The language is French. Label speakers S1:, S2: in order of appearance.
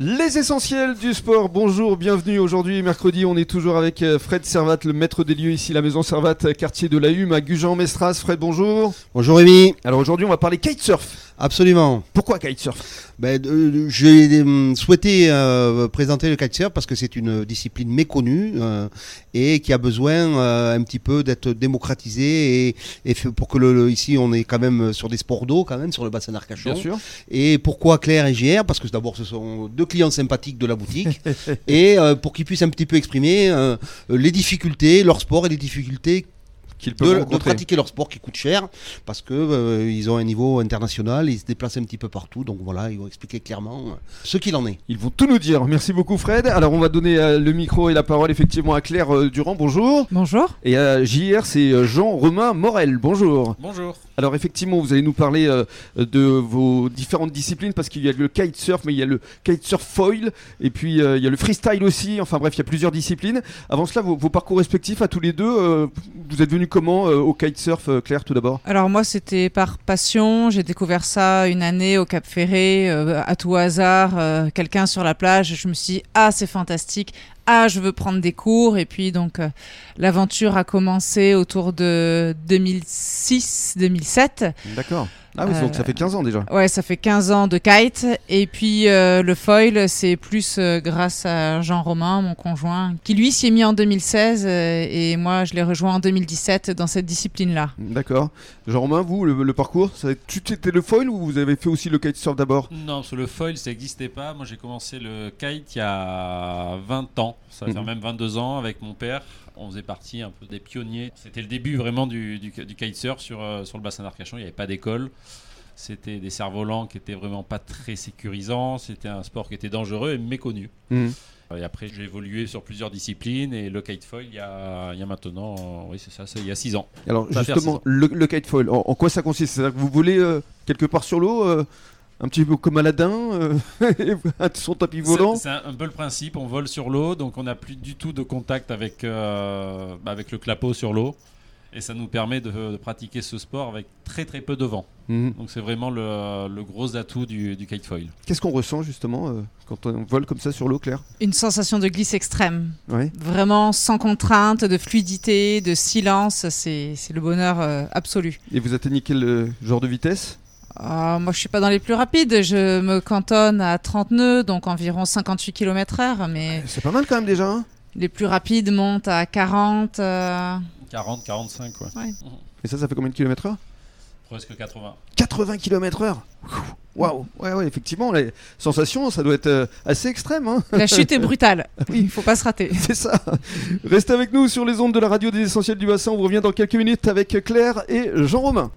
S1: Les essentiels du sport, bonjour, bienvenue. Aujourd'hui, mercredi, on est toujours avec euh, Fred Servat, le maître des lieux ici, la maison Servat, euh, quartier de la Hume, à Gujan-Mestras. Fred, bonjour.
S2: Bonjour Rémi,
S1: Alors aujourd'hui, on va parler kitesurf.
S2: absolument.
S1: Pourquoi kitesurf
S2: Ben, euh, J'ai euh, souhaité euh, présenter le kitesurf parce que c'est une discipline méconnue euh, et qui a besoin euh, un petit peu d'être démocratisée et, et fait pour que le, le- ici on est quand même sur des sports d'eau quand même sur le bassin d'Arcachon.
S1: sûr.
S2: Et pourquoi Claire et JR Parce que d'abord ce sont deux clients sympathiques de la boutique et euh, pour qu'ils puissent un petit peu exprimer euh, les difficultés, leur sport et les difficultés
S1: Qu'il peut
S2: de, de
S1: rencontrer.
S2: pratiquer leur sport qui coûte cher parce que euh, ils ont un niveau international, ils se déplacent un petit peu partout, donc voilà, ils vont expliquer clairement euh, ce qu'il en est.
S1: Ils vont tout nous dire. Merci beaucoup, Fred. Alors, on va donner euh, le micro et la parole effectivement à Claire euh, Durand. Bonjour.
S3: Bonjour.
S1: Et à JR, c'est euh, Jean-Romain Morel. Bonjour.
S4: Bonjour.
S1: Alors effectivement, vous allez nous parler euh, de vos différentes disciplines parce qu'il y a le kitesurf, mais il y a le kitesurf foil, et puis euh, il y a le freestyle aussi. Enfin bref, il y a plusieurs disciplines. Avant cela, vos, vos parcours respectifs à tous les deux, euh, vous êtes venus comment euh, au kitesurf, euh, Claire, tout d'abord
S3: Alors moi c'était par passion, j'ai découvert ça une année au Cap Ferré, euh, à tout hasard, euh, quelqu'un sur la plage, je me suis dit ah c'est fantastique, ah je veux prendre des cours et puis donc euh, l'aventure a commencé autour de 2006-2007.
S1: D'accord. Ah oui,
S3: Euh,
S1: donc ça fait 15 ans déjà.
S3: Ouais ça fait 15 ans de kite et puis euh, le foil c'est plus euh, grâce à Jean-Romain, mon conjoint, qui lui s'y est mis en 2016 euh, et moi je l'ai rejoint en 2017 dans cette discipline-là.
S1: D'accord. Jean-Romain, vous, le, le parcours, ça, tu c'était le foil ou vous avez fait aussi le kitesurf d'abord
S4: Non, parce que le foil, ça n'existait pas. Moi, j'ai commencé le kite il y a 20 ans. Ça va faire
S1: Mhm.
S4: même 22 ans avec mon père. On faisait partie un peu des pionniers. C'était le début vraiment du, du, du kitesurf sur, euh, sur le bassin d'Arcachon. Il n'y avait pas d'école. C'était des cerfs-volants qui étaient vraiment pas très sécurisants. C'était un sport qui était dangereux et méconnu.
S1: Mhm.
S4: Et après, j'ai évolué sur plusieurs disciplines. Et le kite foil, il y a, il y a maintenant, euh, oui, c'est ça, c'est il y a 6 ans.
S1: Alors
S4: Ça va faire
S1: justement, le, le kite foil, en, en quoi ça consiste C'est-à-dire que vous volez euh, quelque part sur l'eau, euh, un petit peu comme Aladdin, euh, son tapis volant
S4: C'est c'est un, un peu le principe, on vole sur l'eau, donc on n'a plus du tout de contact avec, euh, bah, avec le clapot sur l'eau. Et ça nous permet de, de pratiquer ce sport avec très très peu de vent.
S1: Mhm.
S4: Donc c'est vraiment le, le gros atout du, du kitefoil.
S1: Qu'est-ce qu'on ressent justement euh, quand on vole comme ça sur l'eau, Claire
S3: Une sensation de glisse extrême,
S1: Ouais.
S3: vraiment sans contrainte, de fluidité, de silence, c'est c'est le bonheur euh, absolu.
S1: Et vous atteignez quel euh, genre de vitesse
S3: Ah, moi, je suis pas dans les plus rapides, je me cantonne à 30 nœuds, donc environ 58 km/h, mais
S1: C'est pas mal quand même déjà. hein
S3: les plus rapides montent à 40. euh,
S4: 40, 45 quoi.
S1: Et ça, ça fait combien de kilomètres heure
S4: Presque 80.
S1: 80 km heure Waouh Ouais, ouais, effectivement, les sensations, ça doit être euh, assez extrême. Hein
S3: La chute est brutale, il faut pas se rater.
S1: C'est ça. Restez avec nous sur les ondes de la radio des essentiels du bassin. On vous revient dans quelques minutes avec Claire et Jean-Romain.